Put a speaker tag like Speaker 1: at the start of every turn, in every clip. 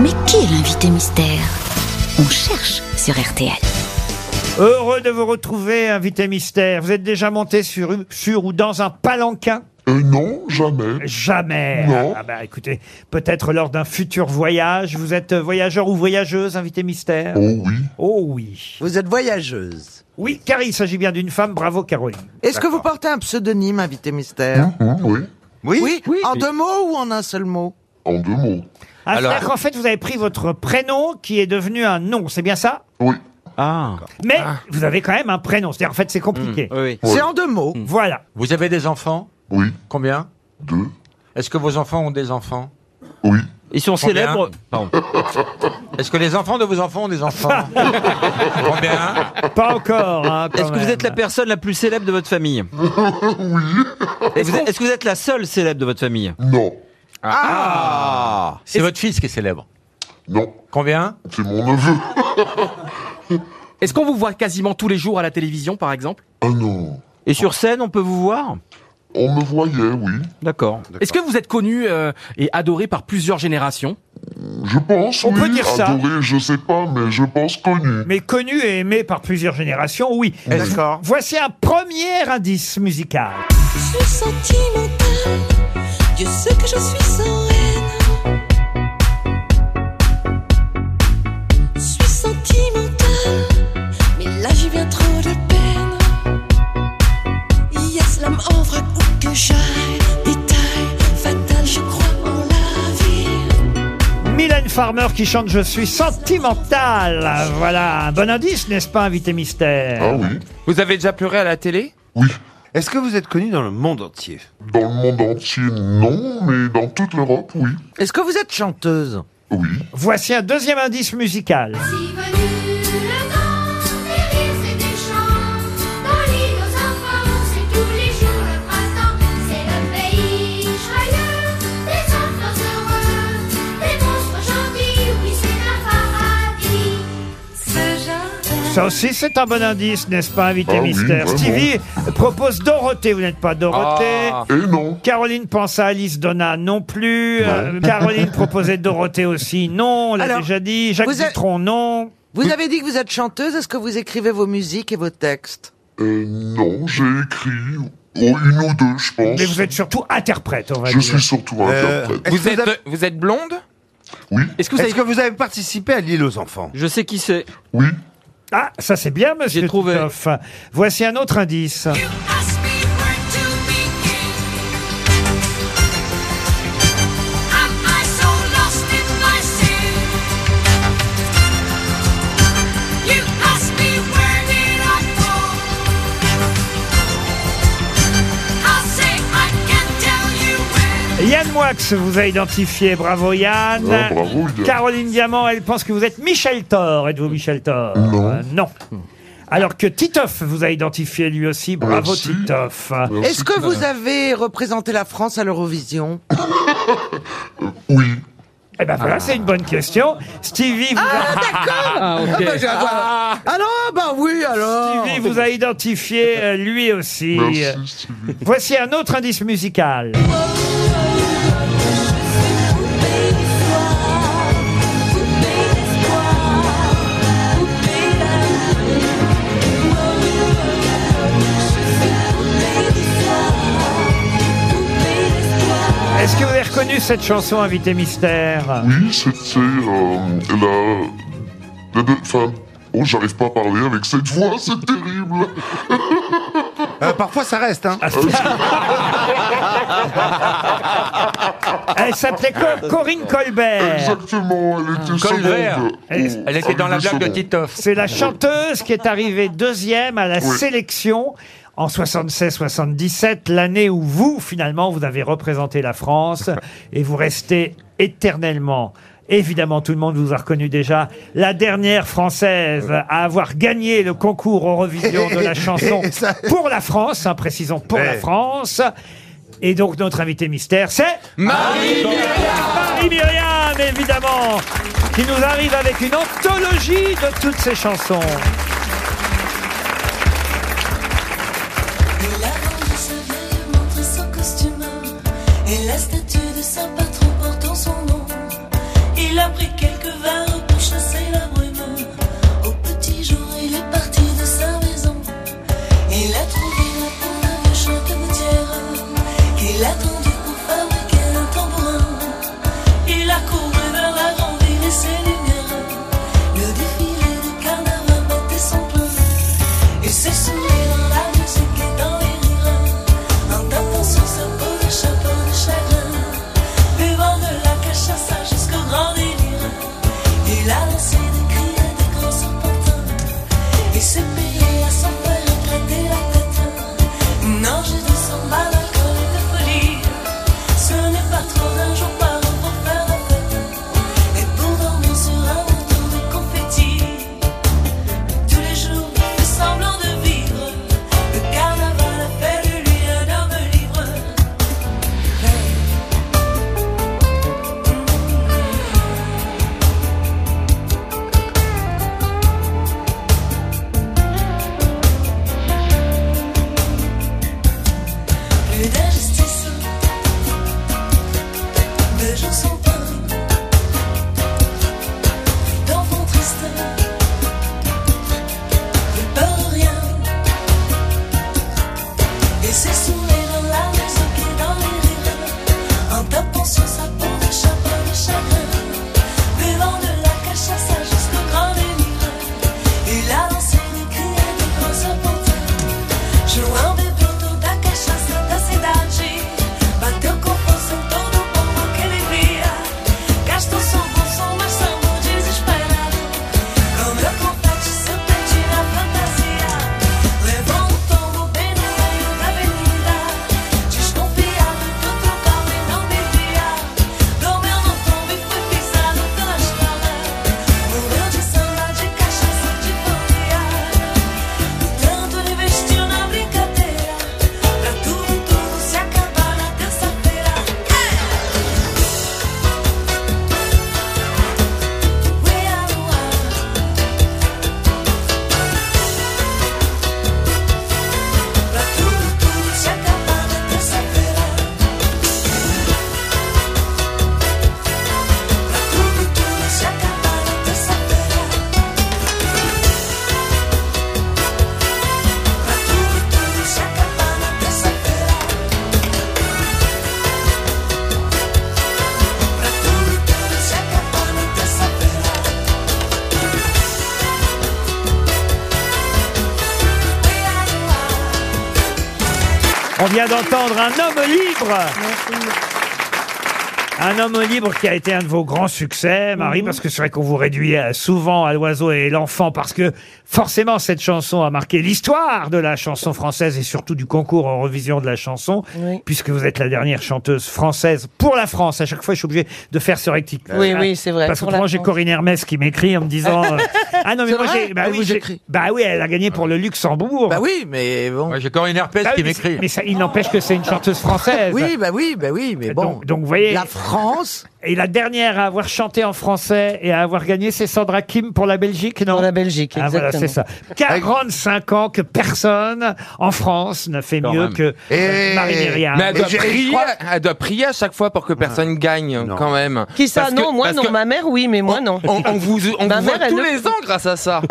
Speaker 1: Mais qui est l'invité mystère On cherche sur RTL.
Speaker 2: Heureux de vous retrouver, invité mystère. Vous êtes déjà monté sur, sur ou dans un palanquin
Speaker 3: Euh, non, jamais.
Speaker 2: Jamais.
Speaker 3: Non.
Speaker 2: Ah bah écoutez, peut-être lors d'un futur voyage. Vous êtes voyageur ou voyageuse, invité mystère
Speaker 3: Oh oui.
Speaker 2: Oh oui.
Speaker 4: Vous êtes voyageuse.
Speaker 2: Oui, car il s'agit bien d'une femme. Bravo Caroline.
Speaker 4: Est-ce que vous portez un pseudonyme, invité mystère
Speaker 3: Hein, oui.
Speaker 4: oui, En deux mots ou en un seul mot
Speaker 3: En deux mots.
Speaker 2: Ah,
Speaker 5: Alors-
Speaker 2: C'est-à-dire qu'en fait, vous avez pris votre prénom qui est devenu un nom, c'est bien ça
Speaker 3: Oui.
Speaker 5: Ah.
Speaker 2: Mais vous avez quand même un prénom. C'est-à-dire en fait, c'est compliqué.
Speaker 6: Mmh,
Speaker 5: Oui, oui.
Speaker 3: Oui.
Speaker 4: C'est en deux mots.
Speaker 6: Mm.
Speaker 2: Voilà.
Speaker 5: Vous avez des enfants
Speaker 3: Oui.
Speaker 5: Combien
Speaker 3: Deux.
Speaker 5: Est-ce que vos enfants ont des enfants
Speaker 3: Oui.
Speaker 6: Ils sont
Speaker 5: Combien
Speaker 6: célèbres. Pardon.
Speaker 5: Est-ce que les enfants de vos enfants ont des enfants Combien
Speaker 2: Pas encore. hein, quand
Speaker 6: Est-ce que vous
Speaker 2: même.
Speaker 6: êtes la personne la plus célèbre de votre famille Oui. Est-ce que- est-ce que vous êtes la seule célèbre de votre famille
Speaker 3: Non.
Speaker 5: Ah C'est votre fils qui est célèbre.
Speaker 3: Non.
Speaker 5: Combien
Speaker 3: C'est mon neveu.
Speaker 7: Est-ce qu'on vous voit quasiment tous les jours à la télévision, par exemple
Speaker 3: Ah non.
Speaker 6: Et sur scène, on peut vous voir
Speaker 3: On me voyait, oui.
Speaker 6: D'accord.
Speaker 7: Est-ce que vous êtes connu euh, et adoré par plusieurs générations
Speaker 3: Je pense,
Speaker 2: On
Speaker 3: oui.
Speaker 2: peut dire ça.
Speaker 3: Adoré, je sais pas, mais je pense connu.
Speaker 2: Mais connu et aimé par plusieurs générations, oui.
Speaker 4: D'accord.
Speaker 2: Voici un premier indice musical.
Speaker 8: suis sentimental. Dieu sait que je suis sans haine. Je suis sentimental, mais là j'ai bien trop de peine. Yes, l'âme en vrac où que j'aille. Détail fatal, je crois en la vie.
Speaker 2: Mylène Farmer qui chante Je suis sentimental. Voilà un bon indice, n'est-ce pas, invité mystère
Speaker 3: Ah oui.
Speaker 9: Vous avez déjà pleuré à la télé
Speaker 3: Oui.
Speaker 10: Est-ce que vous êtes connu dans le monde entier
Speaker 3: Dans le monde entier, non, mais dans toute l'Europe, oui.
Speaker 4: Est-ce que vous êtes chanteuse
Speaker 3: Oui.
Speaker 2: Voici un deuxième indice musical.
Speaker 8: Si venu le temps des rires et des chants, dans l'île aux enfants, c'est tous les jours le printemps. C'est le pays joyeux, des enfants heureux, des monstres gentils, oui c'est un paradis. Ce jardin.
Speaker 2: Ça aussi, c'est un bon indice, n'est-ce pas, invité
Speaker 3: Ah oui,
Speaker 2: mystère
Speaker 3: vraiment.
Speaker 2: Stevie propose Dorothée. Vous n'êtes pas Dorothée.
Speaker 9: Ah.
Speaker 3: Et non.
Speaker 2: Caroline pense à Alice Donna non plus. Euh, Caroline proposait Dorothée aussi. Non, on l'a
Speaker 4: Alors,
Speaker 2: déjà dit. Jacques
Speaker 4: vous êtes-
Speaker 2: Dutronc, non.
Speaker 4: Vous avez dit que vous êtes chanteuse. Est-ce que vous écrivez vos musiques et vos textes
Speaker 3: Euh, non, j'ai écrit oh, une ou deux, je pense.
Speaker 2: Mais vous êtes surtout interprète, on va
Speaker 3: Je
Speaker 2: dire.
Speaker 3: suis surtout
Speaker 10: Euh,
Speaker 3: interprète.
Speaker 10: Est-ce
Speaker 9: vous
Speaker 10: que,
Speaker 9: êtes,
Speaker 10: vous avez-
Speaker 9: vous êtes blonde
Speaker 3: Oui.
Speaker 7: Est-ce que vous
Speaker 10: est-ce
Speaker 7: avez...
Speaker 10: que vous avez participé à l'île aux enfants
Speaker 6: Je sais qui c'est.
Speaker 3: Oui.
Speaker 2: Ah, ça c'est bien, monsieur
Speaker 6: J'ai trouvé.
Speaker 2: Titoff. Voici un autre indice.
Speaker 8: You asked me where to begin. Am I so lost in my sin? You asked me where did I go? I'll say I can tell you where.
Speaker 2: Yann Moix vous a identifié. Bravo Yann.
Speaker 3: Ah, bravo, Yann.
Speaker 2: Caroline Diamant, elle pense que vous êtes Michel Thor. Êtes-vous Michel Thor
Speaker 3: Non.
Speaker 2: Euh, non. Alors que Titoff vous a identifié lui aussi. Bravo
Speaker 3: Merci.
Speaker 2: Titoff.
Speaker 3: Merci.
Speaker 4: Est-ce que vous avez représenté la France à l'Eurovision
Speaker 3: Oui.
Speaker 2: Eh ben voilà, c'est une bonne question. Stevie vous a...
Speaker 7: Ah, ok.
Speaker 4: Ah non, bah oui alors
Speaker 2: Stevie vous a identifié euh, lui aussi.
Speaker 3: Merci, Stevie.
Speaker 2: Voici un autre indice musical.
Speaker 8: Poupée d'espoir, poupée d'espoir, poupée d'amour. Je suis poupée d'espoir, poupée d'espoir.
Speaker 2: Est-ce que vous avez reconnu cette chanson, Invité Mystère
Speaker 3: Oui, c'était euh, la... la de- Enfin, oh, j'arrive pas à parler avec cette voix, c'est terrible.
Speaker 10: Euh, Parfois ça reste, hein
Speaker 2: Elle s'appelait Co- Corinne Colbert.
Speaker 3: Exactement, elle était Oh,
Speaker 5: Colbert.
Speaker 3: seconde.
Speaker 2: Elle-
Speaker 5: Elle était dans la blague de Titoff.
Speaker 2: C'est la chanteuse qui est arrivée deuxième à la
Speaker 3: Oui.
Speaker 2: sélection en 76-77, l'année où vous, finalement, vous avez représenté la France et vous restez éternellement. Évidemment, tout le monde vous a reconnu déjà. La dernière française à avoir gagné le concours Eurovision de la chanson
Speaker 10: Et ça-
Speaker 2: pour la France, hein, précisons pour la
Speaker 10: Eh.
Speaker 2: France. Et donc notre invité mystère, c'est Marie-Myriam, évidemment, qui nous arrive avec une anthologie de toutes ses chansons.
Speaker 8: Et la vengeance vieille montre son costume Et la statue de saint patron portant son nom Il a pris quelques
Speaker 11: um
Speaker 2: On vient d'entendre un homme libre. Un homme libre qui a été un de vos grands succès, Marie, parce que c'est vrai qu'on vous réduit euh, souvent à l'oiseau et l'enfant, parce que forcément cette chanson a marqué l'histoire de la chanson française et surtout du concours Eurovision de la chanson, puisque vous êtes la dernière chanteuse française pour la France. À chaque fois, je suis obligé de faire ce rectificatif.
Speaker 12: Oui, oui, c'est vrai,
Speaker 2: Parce que
Speaker 12: pour la
Speaker 2: moi, j'ai
Speaker 12: France.
Speaker 2: Corinne Hermès qui m'écrit en me disant. euh, ah non, mais
Speaker 12: C'est
Speaker 2: moi,
Speaker 12: vrai
Speaker 2: j'ai. Bah,
Speaker 12: Ah
Speaker 2: oui,
Speaker 12: oui,
Speaker 2: j'ai-
Speaker 12: j'écris.
Speaker 2: bah oui, elle a gagné pour le Luxembourg. Bah
Speaker 4: oui, mais bon.
Speaker 5: J'ai Corinne Herpès
Speaker 9: Ah,
Speaker 2: qui m'écrit. Mais ça, il n'empêche que c'est une chanteuse française.
Speaker 4: Oui, bah oui, bah oui, mais bon.
Speaker 2: Donc, donc, vous voyez.
Speaker 4: La France.
Speaker 2: Et la dernière à avoir chanté en français et à avoir gagné, c'est Sandra Kim pour la Belgique, non Pour la
Speaker 12: Belgique,
Speaker 2: Ah, voilà, c'est ça.
Speaker 12: exactement.
Speaker 2: 45 ans que personne en France n'a fait mieux
Speaker 9: même.
Speaker 2: que euh,
Speaker 9: Et-
Speaker 2: Marie Myriam.
Speaker 9: Mais elle doit, prier, elle doit prier à chaque fois pour que personne gagne, quand même.
Speaker 12: Qui ça
Speaker 9: Parce que-
Speaker 12: Non, moi
Speaker 9: parce
Speaker 12: non.
Speaker 9: que
Speaker 12: Ma mère, oui, mais moi non.
Speaker 10: Oh.
Speaker 9: On, on vous, on
Speaker 12: Ma
Speaker 9: vous
Speaker 12: mère,
Speaker 9: voit
Speaker 12: elle
Speaker 9: tous
Speaker 12: le
Speaker 9: les
Speaker 12: fait.
Speaker 9: ans grâce à ça.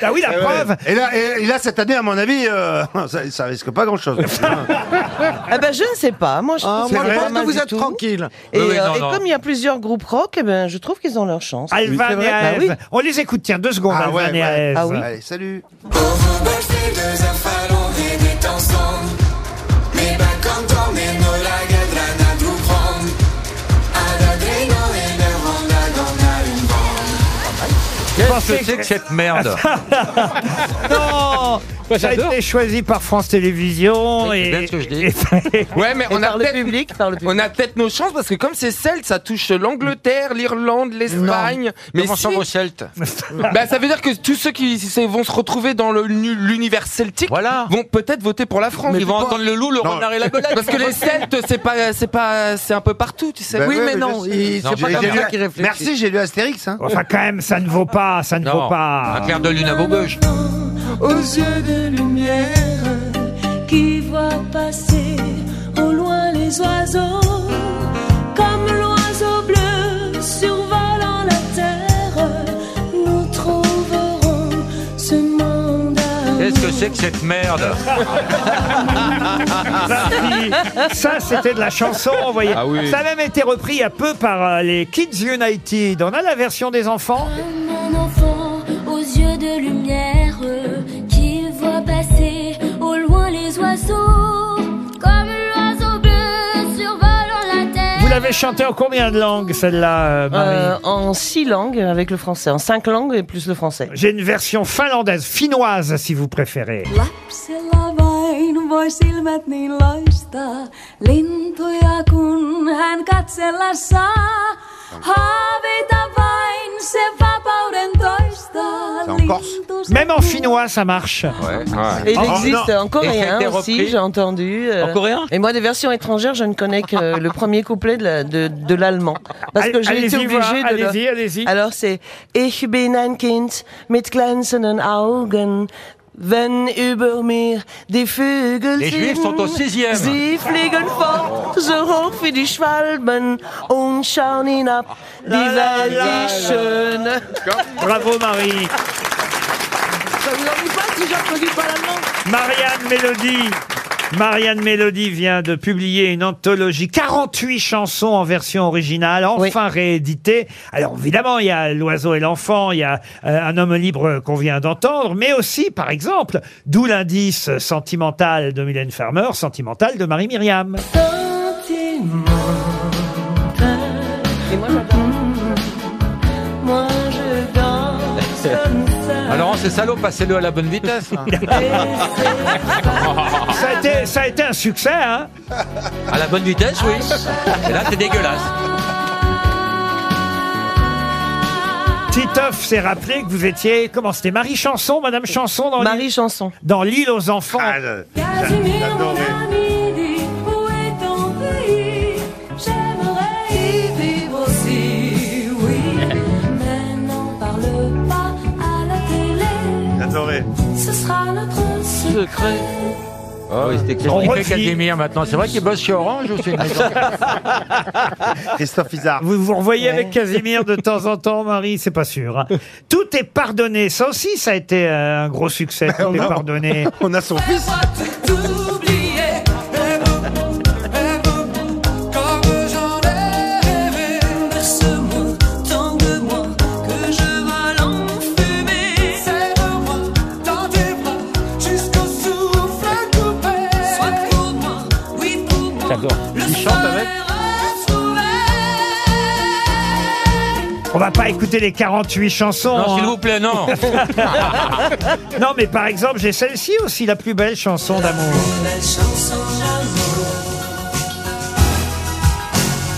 Speaker 2: Ah oui, la preuve
Speaker 10: et là, et, et là, cette année, à mon avis, euh, ça, ça risque pas grand-chose.
Speaker 12: Ah ben, je ne sais pas. Moi, je
Speaker 10: Ah,
Speaker 12: trouve
Speaker 10: moi, je
Speaker 12: pas
Speaker 10: pense
Speaker 12: mal
Speaker 10: que vous
Speaker 12: du
Speaker 10: êtes
Speaker 12: tout.
Speaker 10: tranquille.
Speaker 12: Et,
Speaker 10: Oui, oui,
Speaker 12: euh,
Speaker 10: non,
Speaker 12: et
Speaker 10: non.
Speaker 12: comme il y a plusieurs groupes rock, eh ben, je trouve qu'ils ont leur chance.
Speaker 2: Alvan
Speaker 12: C'est
Speaker 2: et
Speaker 12: vrai. Bah
Speaker 2: Aez.
Speaker 12: oui.
Speaker 2: On les écoute, tiens, deux secondes,
Speaker 10: Ah ouais,
Speaker 2: Alvan et
Speaker 10: ouais.
Speaker 2: Aez.
Speaker 10: Ah oui. Allez, salut.
Speaker 8: Ces deux affalons rêvaient ensemble. Mais bah quand on est nos lagadrana nous prendre. À la déno et le ronda on a une
Speaker 5: Qu'est-ce que c'est que cette merde
Speaker 2: Non Ça a
Speaker 5: j'adore.
Speaker 2: été choisi par France Télévisions
Speaker 9: Oui, c'est
Speaker 2: et...
Speaker 9: bien ce que je
Speaker 2: dis.
Speaker 9: Ouais, mais on a peut-être
Speaker 12: par le
Speaker 9: On a peut-être nos chances parce que comme c'est Celtes, ça touche l'Angleterre, l'Irlande, l'Espagne. Mais
Speaker 5: Comment sont vos Celtes
Speaker 9: bah, ça veut dire que tous ceux qui se- vont se retrouver dans le nu- l'univers celtique vont peut-être voter pour la France.
Speaker 5: Ils vont entendre le loup, le
Speaker 9: Non.
Speaker 5: renard et la belette.
Speaker 9: Parce que les Celtes, c'est pas, c'est pas, c'est un peu partout, tu sais.
Speaker 10: Bah ouais, je sais. Non, j'ai- j'ai lu- Merci, j'ai lu Astérix. Hein.
Speaker 2: Enfin, quand même, ça ne vaut pas, ça ne vaut pas.
Speaker 9: Ah,
Speaker 5: Un clair de lune à Maubeuge.
Speaker 8: Aux yeux de lumière qui voit passer au loin les oiseaux, comme l'oiseau bleu survolant la terre, nous trouverons ce monde à
Speaker 5: Qu'est-ce que c'est que cette merde
Speaker 2: Ça, Bah, si. Ça, c'était de la chanson, vous voyez.
Speaker 5: Ah oui.
Speaker 2: Ça a même été repris il y a peu par euh, les Kids United. On a la version des enfants.
Speaker 8: Mon enfant aux yeux de lumière qui voit passer au loin les oiseaux, comme l'oiseau bleu survolant la terre.
Speaker 2: Vous l'avez chantée en combien de langues, celle-là, euh, Marie
Speaker 12: Euh, en six langues avec le français, en cinq langues et plus le français.
Speaker 2: J'ai une version finlandaise, finnoise, si vous préférez.
Speaker 8: Lapsella vain voi silmät niin loistaa, lintuja kun hän katsella saa. Haaveita vain se vapauden toistaa.
Speaker 2: C'est en Corse. Même en finnois, ça marche.
Speaker 12: Et il
Speaker 2: En-
Speaker 12: existe hein,
Speaker 2: non.
Speaker 12: en coréen aussi, j'ai entendu. euh,
Speaker 2: En coréen
Speaker 12: Et moi, des versions étrangères, je ne connais que euh, le premier couplet de la- de de l'allemand. Parce que j'ai
Speaker 2: Allez-y
Speaker 12: été
Speaker 2: voir,
Speaker 12: obligée de. le-
Speaker 2: allez-y, allez-y.
Speaker 12: Alors, c'est Ich bin ein Kind mit glänzenden Augen. Wenn über mir die Vögel
Speaker 5: Les
Speaker 12: singen,
Speaker 5: Juifs sont au sixième.
Speaker 12: Sie fliegen fort, so hoch wie die Schwalben und schauen hinab, die
Speaker 8: La, la,
Speaker 12: Welt
Speaker 8: la,
Speaker 12: ist
Speaker 8: la.
Speaker 12: schön.
Speaker 2: Bravo, Marie.
Speaker 12: Ça vous ennuie pas si j'applaudis pas l'allemand
Speaker 2: Marianne Mélodie. Marianne Mélodie vient de publier une anthologie 48 chansons en version originale, enfin rééditée. Alors évidemment, il y a L'oiseau et l'enfant, il y a euh, Un homme libre qu'on vient d'entendre, mais aussi, par exemple, d'où l'indice sentimental de Mylène Farmer, sentimental de Marie Myriam.
Speaker 12: Et moi, j'adore. Moi, je danse comme ça.
Speaker 5: Alors, c'est salaud, passez-le à la bonne vitesse. hein.
Speaker 2: Ça a été, ça a été un succès, hein
Speaker 5: À la bonne vitesse, oui. Et là, c'est dégueulasse.
Speaker 2: Titoff s'est rappelé que vous étiez, comment c'était, Marie Chanson, Madame Chanson dans Marie
Speaker 12: Chanson.
Speaker 2: Dans L'île aux enfants.
Speaker 5: Ah,
Speaker 8: Casimir, mon ami, dis où est ton pays J'aimerais y vivre aussi, oui. Mais n'en parle pas à la télé,
Speaker 10: J'adorais.
Speaker 8: ce sera notre secret.
Speaker 5: Ah oui, c'était
Speaker 10: On
Speaker 5: Qu'est-ce qu'il
Speaker 10: refit.
Speaker 5: fait Casimir maintenant C'est vrai qu'il bosse chez Orange ou c'est une maison
Speaker 10: Christophe Isard.
Speaker 2: Vous vous revoyez avec Casimir de temps en temps, Marie, c'est pas sûr. hein. Tout est pardonné. Ça aussi, ça a été euh, un gros
Speaker 5: Ben,
Speaker 2: succès. Tout est pardonné.
Speaker 10: On a son fils.
Speaker 8: T'oublier, aime-vous, aime-vous, comme j'en ai rêvé. Berce-moi, tant de moi, que je vole en fumée. Serre-moi dans tes bras, jusqu'au souffle coupé. Sois
Speaker 2: On va pas écouter les 48 chansons.
Speaker 5: Non, s'il
Speaker 2: hein.
Speaker 5: vous plaît, non.
Speaker 2: non, mais par exemple, j'ai celle-ci aussi, la plus belle chanson d'amour.
Speaker 11: Belle chanson d'amour,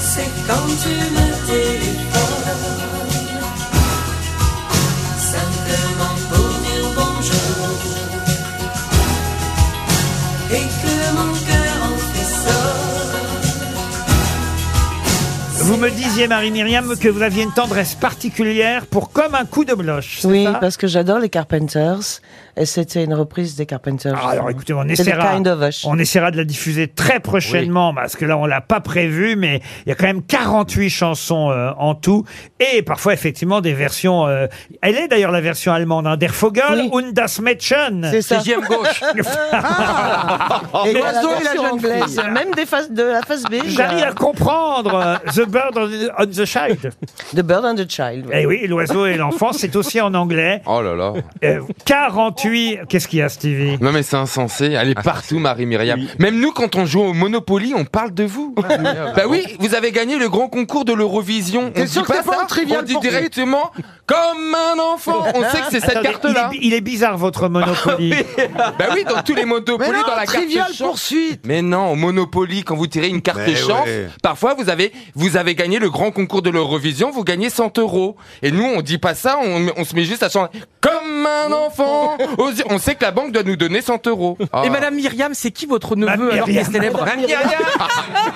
Speaker 11: c'est quand tu me téléphones, simplement pour dire bonjour, et que mon cœur en frissonne.
Speaker 2: Vous me disiez, Marie-Myriam, que vous aviez une tendresse particulière pour Comme un coup de bloche.
Speaker 12: Oui, parce que j'adore les Carpenters. Et c'était une reprise des Carpenters.
Speaker 2: Ah, alors écoutez, on
Speaker 12: C'est
Speaker 2: essaiera,
Speaker 12: le Kind of Hush.
Speaker 2: on essaiera de la diffuser très prochainement, parce que là, on l'a pas prévu, mais il y a quand même 48 chansons euh, en tout, et parfois, effectivement, des versions... euh, elle est d'ailleurs la version allemande, hein, Der Vogel und das Mädchen.
Speaker 12: C'est ça. Sixième gauche. Et
Speaker 2: Mais-
Speaker 12: la version anglaise, même des faces- de la face B. il y a-
Speaker 2: J'arrive à comprendre euh, The Bird on the, on the Child.
Speaker 12: The Bird and the Child.
Speaker 2: Eh oui, l'oiseau et l'enfant, c'est aussi en anglais.
Speaker 9: Oh là là.
Speaker 2: Euh, 48, qu'est-ce qu'il y a, Stevie
Speaker 9: Non mais c'est insensé, elle est partout Marie-Myriam. Même nous quand on joue au Monopoly, on parle de vous.
Speaker 2: Ah,
Speaker 9: bah oui, vous avez gagné le grand concours de l'Eurovision.
Speaker 2: T'es
Speaker 9: On
Speaker 2: sûr
Speaker 9: dit
Speaker 2: que
Speaker 9: pas
Speaker 2: c'est pas
Speaker 9: ça,
Speaker 2: un trivial
Speaker 9: On dit
Speaker 2: poursuite
Speaker 9: directement comme un enfant. On sait que c'est cette
Speaker 2: Attendez,
Speaker 9: carte-là.
Speaker 2: il est bi- Il, est bizarre, votre Monopoly.
Speaker 9: bah oui, dans tous les Monopoly, dans la carte chance.
Speaker 4: poursuite.
Speaker 9: Mais non, au Monopoly, quand vous tirez une carte
Speaker 10: Mais
Speaker 9: chance,
Speaker 10: ouais.
Speaker 9: parfois vous avez, vous avez gagné le grand concours de l'Eurovision, vous gagnez 100 euros. Et nous, on dit pas ça, on, on se met juste à chanter comme un enfant. On se- On sait que la banque doit nous donner 100 euros.
Speaker 7: Et Madame Myriam, c'est qui votre neveu
Speaker 9: Myriam.
Speaker 7: alors qu'il est célèbre
Speaker 9: Madame Myriam.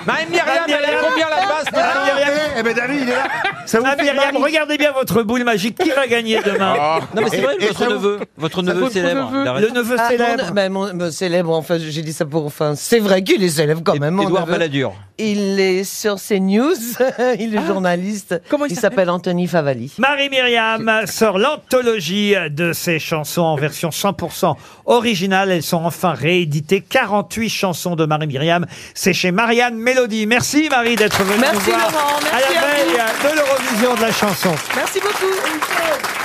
Speaker 9: Madame Myriam, elle a combien la base
Speaker 2: Madame Myriam
Speaker 10: Eh ben David, il est là. Ça vous
Speaker 2: Ah,
Speaker 10: fait
Speaker 2: Myriam,
Speaker 10: mal
Speaker 2: regardez bien votre boule magique. Qui va gagner demain
Speaker 6: Non, mais c'est vrai,
Speaker 10: Et- et
Speaker 6: votre
Speaker 10: ça vous-
Speaker 6: neveu. Votre
Speaker 10: Ça
Speaker 6: neveu
Speaker 10: vaut le
Speaker 6: célèbre.
Speaker 10: neveu.
Speaker 6: il a
Speaker 12: Ah,
Speaker 6: raison.
Speaker 12: mon- bah, mon, mon célèbre, enfin, j'ai dit ça pour enfin. C'est vrai qu'il est célèbre
Speaker 4: Ah,
Speaker 12: quand même. mon
Speaker 6: Édouard
Speaker 12: neveu.
Speaker 6: Balladur.
Speaker 12: Il est sur CNews. il est journaliste. Ah. Comment il s'appelle Anthony Favali.
Speaker 2: Marie-Myriam sort l'anthologie de ses chansons en version 100% originale. Elles sont enfin rééditées. 48 chansons de Marie-Myriam. C'est chez Marianne Mélodie. Merci Marie d'être venue
Speaker 12: Merci
Speaker 2: nous voir
Speaker 12: Laurent, merci
Speaker 2: à la
Speaker 12: à vous.
Speaker 2: veille de l'Eurovision de la chanson.
Speaker 12: Merci beaucoup.